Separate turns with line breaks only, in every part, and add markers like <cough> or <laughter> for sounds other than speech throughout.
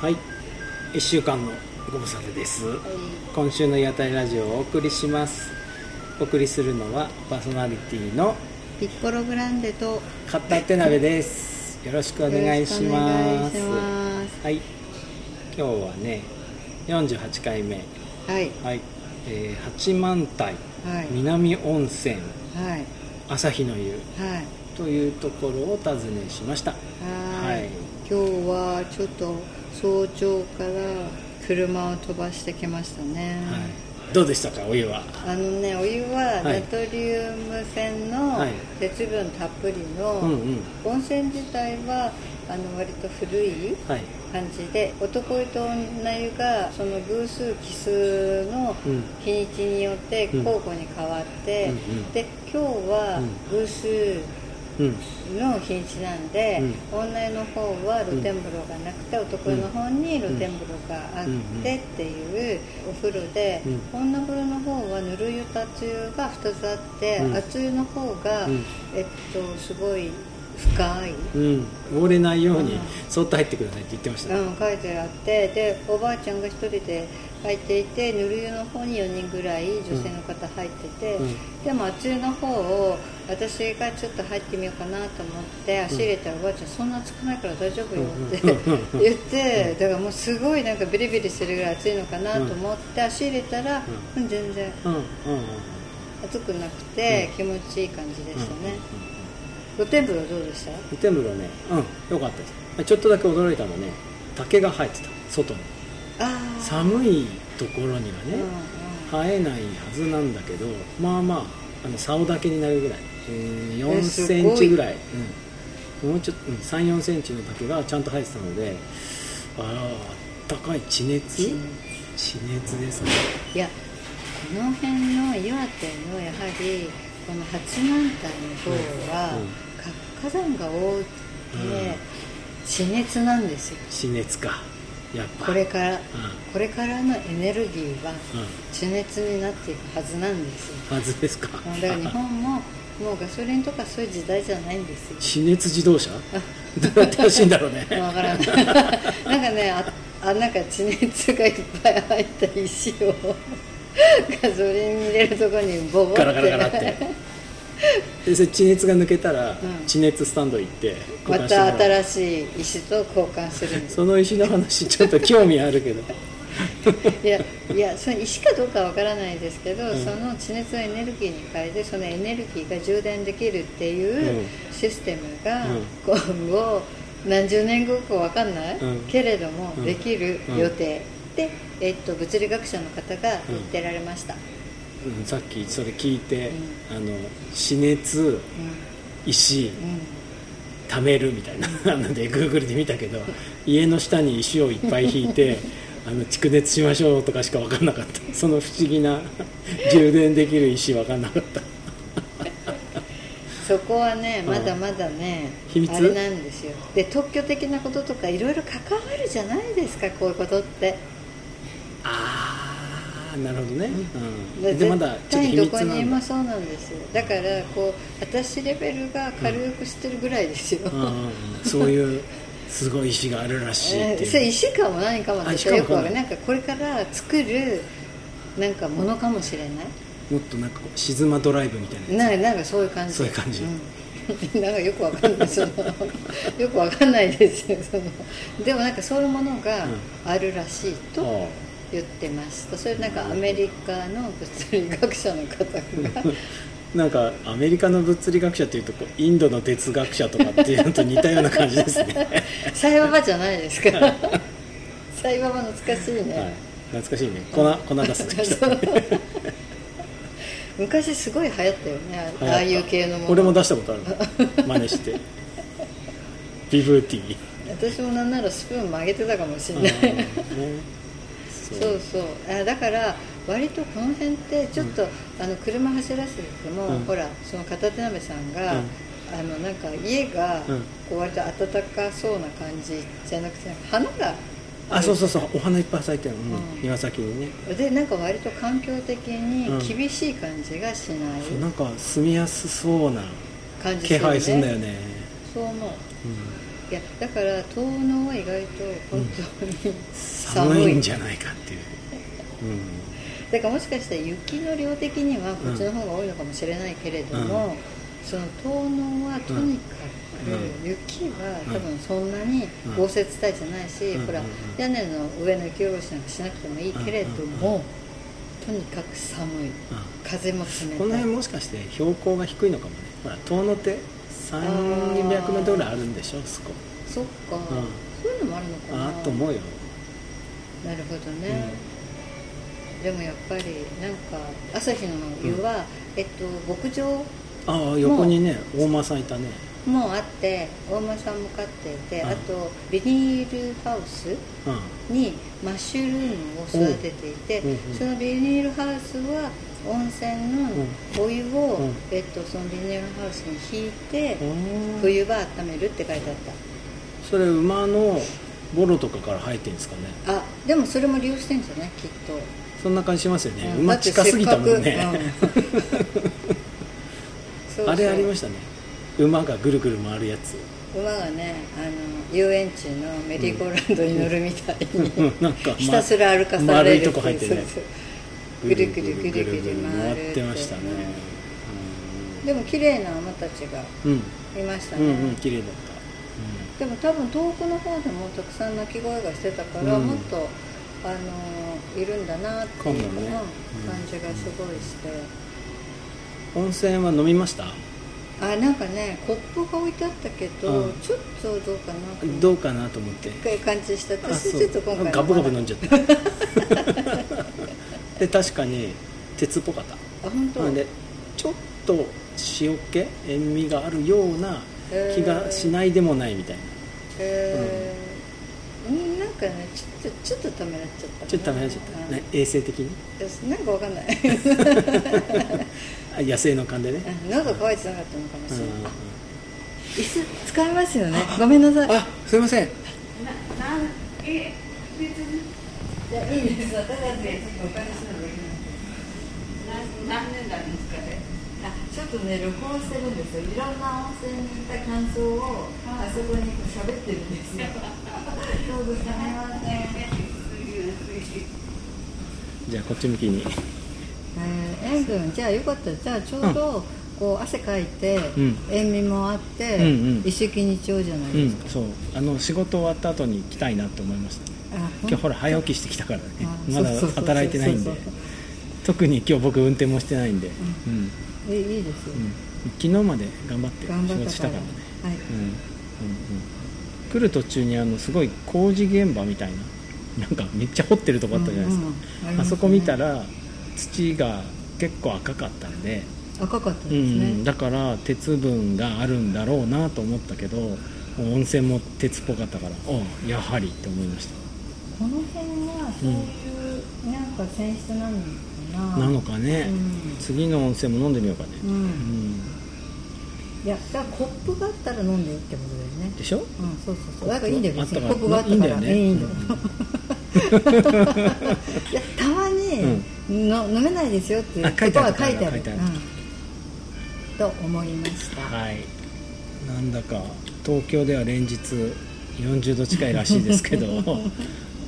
はい1週間のご無沙汰です今週の屋台ラジオをお送りしますお送りするのはパーソナリティの
ピッコログランデと
片手鍋ですよろしくお願いしま
よろし
す
くお願いし
はい今日はね48回目
ますはい
はい、えー八幡平
はい
南温泉
はい
朝日の湯
はい
というところを訪ねしました
は
はい
い今日はちょっと早朝から車を飛ばしてきましたね、
はい、どうでしたかお湯は
あのねお湯は
は
ナ
い
トリウム線の
はい
鉄分たっぷりの、
うんうん
温泉自体はあの割と古い
はい
感じで男湯と女湯がその偶数奇数の
うん
日にちによって交互に変わって、
うんうん
で今日は偶数
うん
の日にちなんで、女湯の方は露天風呂がなくて、男湯の方に露天風呂があってっていうお風呂で、女風呂の方はぬる湯と熱湯が2つあって、
うん
熱湯の方が、
うん
えっとすごい深い。
うん、溺れないよう
う
に
ん
そっと入ってくださいって言ってました、
うん、書いてあってでおばあちゃんが一人で入っていてぬる湯の方に4人ぐらい女性の方入ってて、
うん
でも熱湯の方を私がちょっと入ってみようかなと思って足入れたらおばあちゃんそんなつかないから大丈夫よって
うん
<laughs> 言ってだからもうすごいなんかビリビリするぐらい熱いのかなと思って足入れたら、
う
うん、全然
うんうんうん
熱くなくて気持ちいい感じでしたね、露天風呂どうでした
露天風呂ねうんよかったですちょっとだけ驚いたのね竹が生えてた外に
ああ、
寒いところには
うんうん
ね、生えないはずなんだけどまあまああの竿だけになるぐらい、えー4
えす
セ
ご
ン
い
チぐらい、うん、もうちょっと、うん、34センチの竹がちゃんと生えてたのであああったかい地熱
地熱
地熱ですね
いやこの辺の岩手のやはりこの八幡平の方は
うんうん
活火山が多くて
うん
地熱なんですよ
地熱かやっぱ
これから
う
これからのエネルギーは
んうん
地熱になっていくはずなんですよ
はずですか
だから日本ももうガソリンとかそういう時代じゃないんですよ
地熱自動車どうやって走るんだろうね
わからない <laughs> なんかねああなんか地熱がいっぱい入った石をガソリンに入れるとこにボボって
ガラガラガラってでそれ地熱が抜けたら
ん
地熱スタンド行って
ま
交換しても
た
らう
新しい石と交換するんです
その石の話ちょっと興味あるけど
いやいやその石かどうかわからないですけど、
うん
その地熱をエネルギーに変えてそのエネルギーが充電できるっていう
うん
システムが
うん
今後何十年後かわかんない、
うん
けれども
うん
できる予定、で、えっと、物理学者の方が言ってられました、
うんさっきそれ聞いて、あの地熱石
うんうん
貯めるみたいななのでグーグルで見たけど家の下に石をいっぱい引い
<laughs>
てあの蓄熱しましょうとかしか分かんなかったその不思議な充電できる石分かんなかった
そこはね
うん
まだまだね、
秘密
あれなんですよで特許的なこととかいろいろ関わるじゃないですかこういうことって
ああなるほどね、うん
で
でまだ
絶
ちょっと
対
秘
ど
密
こに
なん
も
だ
そうなんですよだからこう私レベルが軽く知ってるぐらいですよ、
うんうんうんそういうすごい石があるらしい
え
って
ー
いう
それ石かも何かも
あ石
私
かも
はよくわ
わか
かる
んな
ないんかこれから作るなんかものかもしれない
もっとなんかこう静まドライブみたいな
なんかなんかそういう感じ
そういう感じ
うん <laughs> なんかよくわかんないその <laughs> よくわかんないですよそのでもなんかそういうものがあるらしいと、
あ
言ってましたそれなんかアメリカの物理学者の方が
あなんかアメリカの物理学者っていうとこうインドの哲学者とかっていうのと似たような感じ
<laughs>
ですね、
サイババじゃないですか <laughs> サイババ懐かしいね、
はい、懐かしいね粉粉出す人
昔すごい流行ったよねああいう系のもの
俺も出したことある真似
<laughs>
してビブーティー
私もなんならスプーン曲げてたかもし
う
れ
ん
な
ね
い、
そう
<laughs> そうそうあだから割とこの辺ってちょっと、あの車走らせてても、
うん
ほらその片手鍋さんが、
うん
あのなんか家が
うん
こう割と暖かそうな感じじゃなくて花が
あそうそうそうお花いっぱい咲いてる、うん
うん
庭先にね
でなんか割と環境的
うん
に厳しい感じがしない
そうなんか住みやすそうな
感じす
気
る、ね
配すんだよね、
そう思う
うん
いやだから東農は意外と本当に、
寒いんじゃないかっていう、うん
だからもしかしたら雪の量的にはこっちの方が多いのかもしれないけれども、
うん
その東能はとにかく、
うん
雪は多分そんなに
うん
豪雪地帯じゃないし、
うん
ほら
うん
屋根の上の雪下ろしなんかしなくてもいいけれども、とにかく寒い風も
こ
冷
の
たい
辺もしかして標高が低いのかもねほら遠野って3 0 0メートルぐらいあるんでしょそこ
そっか、
ん
そういうのもあるのか
あ
な
あと思うよ、
なるほどね、でもやっぱりなんか朝日の湯は、えっと牧場
ああ横にね大間さんいたね
もあって大間さんも飼っていて、
うん
あとビニールハウス
うん
にマッシュルームを育てていて、
うんうんうん
そのビニールハウスは温泉のお湯を、
うん
えっと、そのビニールハウスに引いて、
うん
冬場温めるって書いてあっ
それ馬のボロとかから生えてるんですかね
たあでもそれも利用してんじゃないきっと、
そんな感じしますよね、
うん
馬近すぎたもんね、
だってせっか
<laughs>
くうんそうそう
あれありましたね馬がぐるぐる回るやつ
馬がねあの遊園地のメリーゴーランドに乗るみたいに、
なんか、ま
ひたすら歩かされる
丸いとこ入ってね
そうそうぐるぐるぐるぐる回る
回ってましたね
でも綺麗な馬たちが
うん、うん
いました
う
ね、
んうん綺麗だっ
でも多分遠くの方でもたくさん鳴き声がしてたから、
うん
もっとあのいるんだなっていう、
かもね
うん感
うん
じがすごいして、
た、うん、温泉は飲みました
あなんかねコップが置いてあったけど、
うん
ちょっとどうかなと
ど
思っ
うかなと思って
て感じした
あ
私
そう
ちょっと今回
ガブガブ飲
飲
ん
ま
じゃったで確かに鉄っぽかった
あ本当
なのでちょっと塩気塩味があるような気がしないでもないみたいな、
えーうん、なんかねちょっとちょっとためらっちゃった
ちょっとダメになっちゃった、ね、衛生的に
うんなんかわか
<laughs>
んない
あ <laughs> 野生の勘でね、
うん喉乾いてなかったのかもし
うん
れ
う
な
んう
い、
ん
あ椅子使いますよねごめんなさい
あすいません
な、なん、え、別に、
いやいいです私たちちょっとお金するのできない
何、何年なんですかね。
あちょっとね録音してるんですよいろんな温泉に行った感想をあそこに喋ってるんですよどうぞすみません
じゃあこっち向きに
えー塩分じゃあよかったじゃあちょうどこう汗かいて、
ん
塩味もあって、
うんうん
一石二鳥じゃないですか、
そうあの仕事終わった後に来たいなと思いましたね
あ
今日ほら早起きしてきたからね
あ
まだ
そうそうそう
働いてないんで
そうそう
特に今日僕運転もしてないんで、うん
ほんいいいいですよ、
うん昨日まで頑張って
頑
仕
張っ
事
た
し
か
た
ら
からね、
はい、
うんうんうん、来る途中にあのすごい工事現場みたいななんかめっちゃ掘ってるとこあったじゃないですか、
うんうんありま
あ
すね
そこ見たら土が結構赤かったんで、
赤かったです
う
ね、
ん、だから鉄分があるんだろうなと思ったけど温泉も鉄っぽかったからおうやはりって思いまし
この辺はそういう、なんか泉質なのか
た
な
なのかね、次の温泉も飲んでみようかね、
うん、う、
うんん、
いやだからコップがあったら飲んでいいってことだよね
でしょ
うんそうそうそうだからいいんだよ別に
あったから
コップがあったから
いいんだよね
いいんだよいやたまに、の飲めないですよっていう
あ
こ
書いて
と
ある
は書いてある
書いてある
うんと思いました、
はいなんだか東京では連日40度近いらしいですけど
<laughs>
こ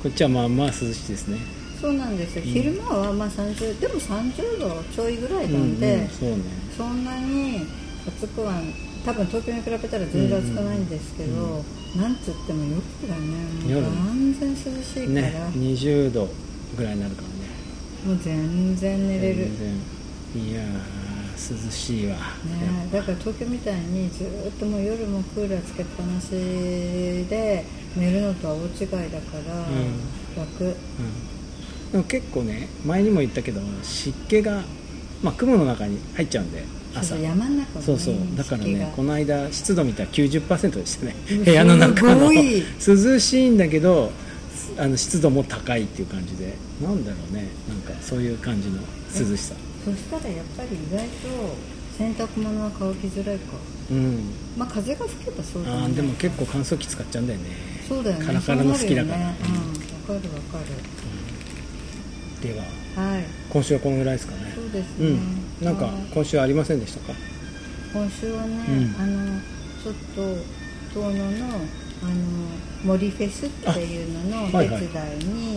っちはまあまあ涼しいですね
そうなんですよ、
うん
昼間はまあ30でも30度ちょいぐらいなんで、
うんうん、そうね
そんなに暑くは多分東京に比べたら全然暑くないんですけど、
うんう
なんつっても夜だね
夜
もう完全涼しいから、
ね20度ぐらいになるからね
もう全然寝れる、
全然いやー涼しいわ、
ねえだから東京みたいにずっともう夜もクーラーつけっぱなしで寝るのとは大違いだから、
ん
楽
うん、でも結構ね前にも言ったけど湿気が、まあ、雲の中に入っちゃうんで
そ
朝
うそう山の中もね
そうそうだから
四季が
ねこの間湿度見たら90%でしたね
うん
部屋の中
す
の
ごい
涼しいんだけどあの湿度も高いっていう感じでなんだろうねなんかそういう感じの涼しさ
そしたらやっぱり意外と洗濯物は乾きづらいか
うん
まあ風が吹けばそうだ
あ
ね
ーでも結構乾燥機使っちゃうんだよね
そうだよね
カラカラの好きだから、
そうなるよねうんわかるわか
では
るはい
今週はこのぐらいですかね
そうです
う
ね、
んなんか
はい
今週はありませんでしたか
今週はね、
うん
あのちょっと遠野のあの森フェスっていうののお
あは
手
いはい
伝い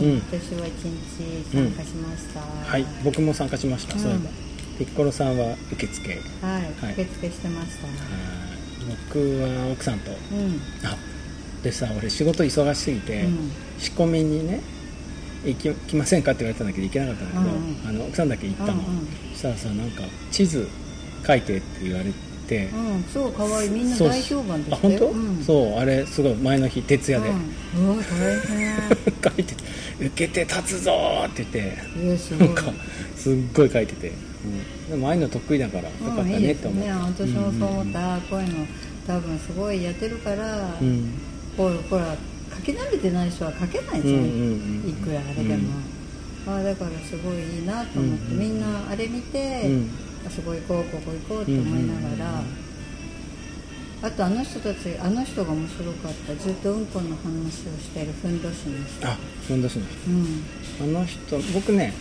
うん
に私は一日参加しました、
はい僕も参加しました、そういえば
うん
ピッコロさんは受付
はい、
はい
受付してました、
僕は奥さんと
うん
あでさ俺仕事忙しすぎて、
うん
仕込みにね行き来ませんかって言われたんだけど行けなかったんだけど、
うんうん
あの奥さんだけ行ったの、
うんうん
そしたらさなんか地図書いてって言われて、
うん、そう可愛いみんな
そう
大評判で
あ
した
本
よ
当、
うん、う
そうあれすごい前の日徹夜で、
ん、うわ大変
<laughs> 書いてて「受けて立つぞ!」って言って
いやすご
ないんかすっごい書いてて、うんでもああいうの得意だからよかった
うん、いい
ね
で
っ
す
て思って、
ね私もそう思った、あこういうの多分すごいやってるから、
うんうん
ほらほら書き慣れてない人は書けない
うんう
じゃん、
んうん
いくらあれでも、ああだからすごいいいなと思って、
うん
みんなあれ見て、
うん
あそこ行こうここ行こうって思いながら、
うんうん
あとあの人たちあの人が面白かったずっとうんこの話をしているふんどしの人
あふんどしの
うん
あの人僕ね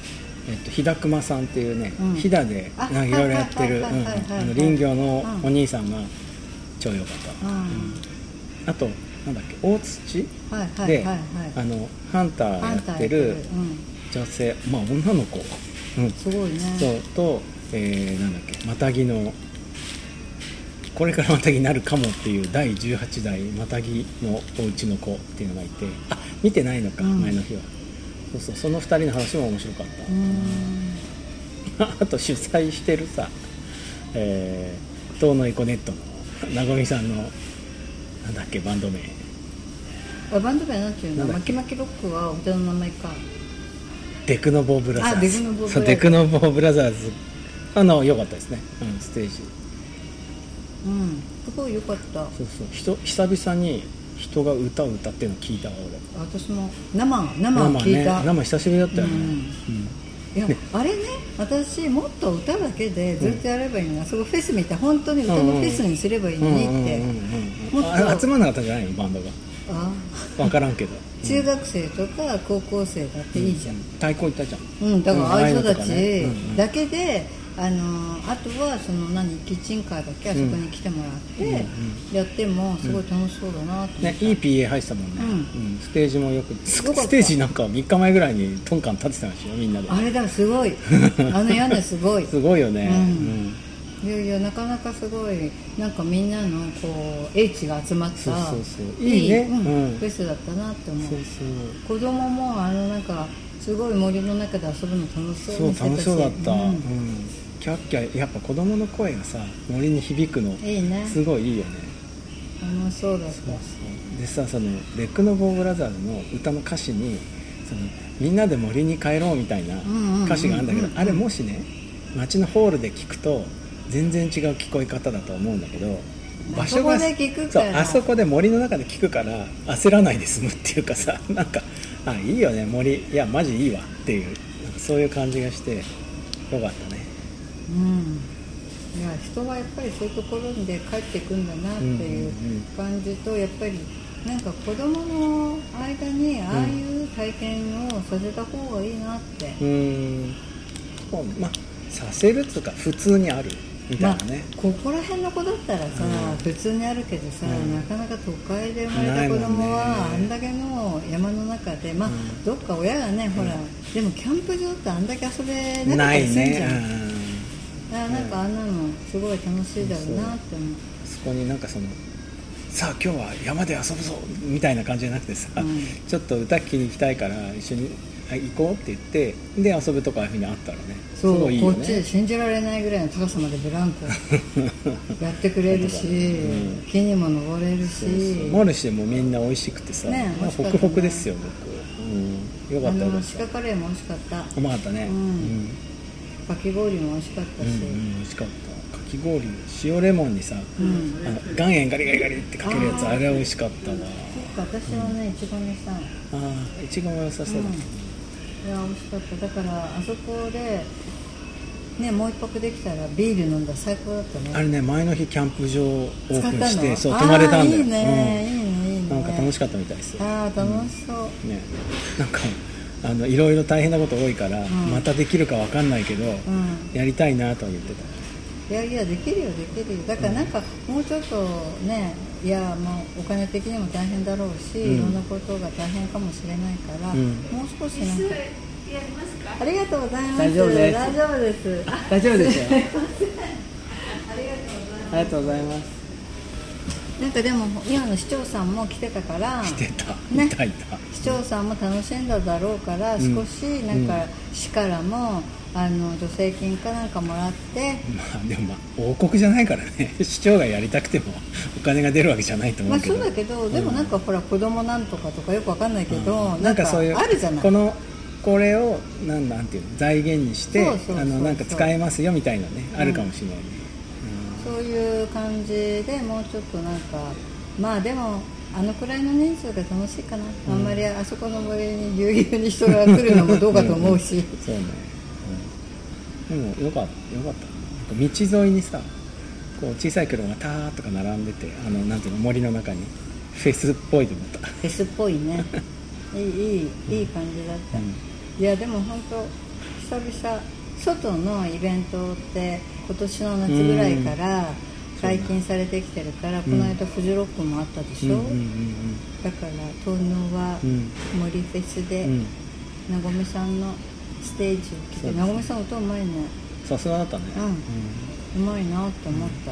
えっと、日高間さんっていうね、
うん
飛騨でなんか
あ
いろいろやってるうん
は
あ
いはいはいはいはい
の林業の
うん
お兄さんが超良かった、
うん
あとなんだっけ大土
はいはい
で、
はいはい
あのハンターやってる
うん、
女性まあ女の子、うん、
すごいね
そうと、えーなんだっけマタギのこれからマタギになるかもっていう第18代マタギのおうちの子っていうのがいてあ見てないのか、
うん
前の日はそうそうその2人の話も面白かっ
うん
た、 <laughs> あと主催してるさ、えー、東のエコネットのなごみさんのなんだっけバンド名
あバンド名なんていう
な
の
んだっ
巻き巻きロックはお店の名前か
デクノボーブラザーズ
あデクノボーブラザーズ
そうデクノボーブラザーズあの良かったですね、うん、ステージ
うんすごい良かった
そうそう人久々に人が歌を歌ってるの聞いたわ俺
私も生生を聞い
ね
た、
生久しぶりだったよね、
う
うんん
いやあれね私もっと歌だけでずっとやればいいのが、そこフェスみたい本当に歌のフェスにすればいいのにって、
うんうんうんうん
もっと
あれ集まんなかったんじゃないのバンドが
あ
分からんけど
中学生とか高校生だっていいじゃん、
太鼓行ったじゃん
うんだからああいう人た
うんああいうのとか
ち
ねうんうん
だけで、あのあとはその何キッチンカーだけあそこに来てもらって、
うんうん
やってもすごい楽しそうだなと思って、
ね、いい PA 入ってたもんね、
う
うんステージもよくス
よかった
ステージなんか3日前ぐらいにトンカン立ってたんですよみんなで
あれだすご
<laughs>
いあの屋根すごい
すごいよね、
うん
うん
いやいやなかなかすごいなんかみんなのこう英知が集まった
そうそうそういいね
うん
うん
フェスだったなって思う
そうそ
子供もあのなんかすごい森の中で遊ぶの楽しそ
う
うにして
そ
た
う
し
楽しそうだった、うん
ん
キャッキャやっぱ子供の声がさ森に響くの
いいね
すごいいいよね
楽しそうだった
でさそのレックのボーブラザーズの歌の歌詞にそのみんなで森に帰ろうみたいな歌詞があるんだけ
うんうんうんうん
どあれもしね街のホールで聞くと全然違う聞こえ方だと思うんだけど場所が
あそこで聞くから
そうあそこで森の中で聞くから焦らないで済むっていうかさ <laughs> なんかあいいよね森いやマジいいわっていうなんかそういう感じがしてよかったね
うんいや人はやっぱりそういうところで帰っていくんだなっていう
うんうんうん
感じとやっぱりなんか子供の間にああいう体験をさせた方がいいなって、
うーんそうまあさせるっつうか普通にあるみたいなね、
まあ、ここら辺の子だったらさ、
うん
普通にあるけどさ、
うん
なかなか都会で生まれた子供は、
ないも
あ
んね
んだけの山の中でまあ、
うん
どっか親がねほら、でもキャンプ場ってあんだけ遊べなかった
な
り
い
するじゃ
ね
ん、
うん
あなんかあんなのすごい楽しいだろうなって思う
そこになんかそのさあ今日は山で遊ぶぞみたいな感じじゃなくてさ、
うん
ちょっと歌聴きに行きたいから一緒にあ行こうって言ってで遊ぶとかああいうふうにあったらね
そう
すごいいいよ
こっち
ね
信じられないぐらいの高さまでブラ
<laughs>
ンコやってくれるし、
う
木にも登れるし
そうそうマルシェもみんな美味しくてさ、
ね
まあ、ホ
美味しかったね
クホクですよ僕、うん、よか
あ
ったよか
の
っ
鹿カレーも美味しかった
たうまかったね
うんかき氷も美味しかった
うん
し、
うん、美味しかったかき氷塩レモンにさ、
うん
あの岩塩ガリガリガリってかけるやつ
あ
あ
ー
れ美味しかったわ
そっか私はねいちごにしたの
あーいちごも良さそうだ、
うんいや美味しかっただからあそこでねもう一泊できたらビール飲んだら最高だったね
あれね前の日キャンプ場オープンし
使った
て
の
そう泊まれたんだよ
あーいいね、
うん
いいねいいね
なんか楽し
か
かったみたいですよ
ああ楽しそう、
ねなんかあのいろいろ大変なこと多いから、
ん
またできるかわかんないけど、
うん
やりたいなとは言ってた
いやいやできるよできるよだからなんかもうちょっとねいやもうお金的にも大変だろうし、
うん
いろんなことが大変かもしれないから、
うん
もう少し
椅
なん
子
か
やりますか
ありがとうございます
大丈夫です
大丈夫ですあ
大丈夫ですよ
ありがとうございます
<laughs> ありがとうございます
なんかでも今の市長さんも来てたから
来てた、
ね
いたいた
市長さんも楽しんだだろうから、
ん
少しなんか市からもあの助成金かなんかもらって、
まあでもまあ王国じゃないからね <laughs> 市長がやりたくてもお金が出るわけじゃないと思
まあ
うけど、
そうだけど、でもなんかほら子供なんとかとかよくわかんないけど、
なんかそういう
あるじゃない
このこれをなんなんていうの財源にして
そうそうそうそう
あのなんか使えますよみたいなね、あるかもしれないね、
そういう感じでもうちょっとなんかまあでもあのくらいの人数が楽しいかな、あんまりあそこの森にぎゅうぎゅうに人が来るのもどうかと思
<laughs>
うし
うんそうね、うん、でもよかったよかったなんか道沿いにさこう小さい車がターッとか並んでてあのなんていうの森の中にフェスっぽいと思った、
フェスっぽいねいいいいいい感じだった、
うん
いやでも本当久々外のイベントって今年の夏ぐらいから解禁されてきてるから、この間フジロックもあったでしょ、
うんうんうん
だから東能は
うん
森フェスで、
うんうん
なごみさんのステージを
そう
聞い
です
て
ね
なごみさん音うまいね
さすがだったね、
うんうまいなって思った、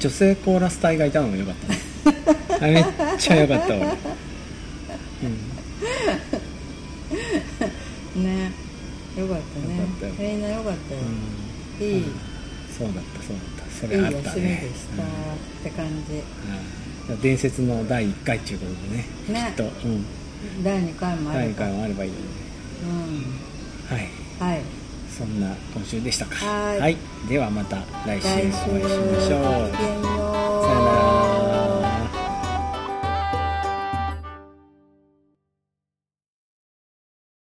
女性コーラス隊がいたのが良か
<laughs>
ったねあれめっちゃ良かったわ、うん、
ねよか
よか
ったね
ったよ
みんなよかったよ、
うん
いい、
そうだったそうだったそ
いい
れあった
休み
ね
でした、って感じ
うんはい伝説の第1回っていうことでね
ね
きっと、うん、
第2回もあ
第2
るから
回もあればいいよね
うん
はい
はい
そんな今週でしたか
はい
ではまた来週お会いしましょう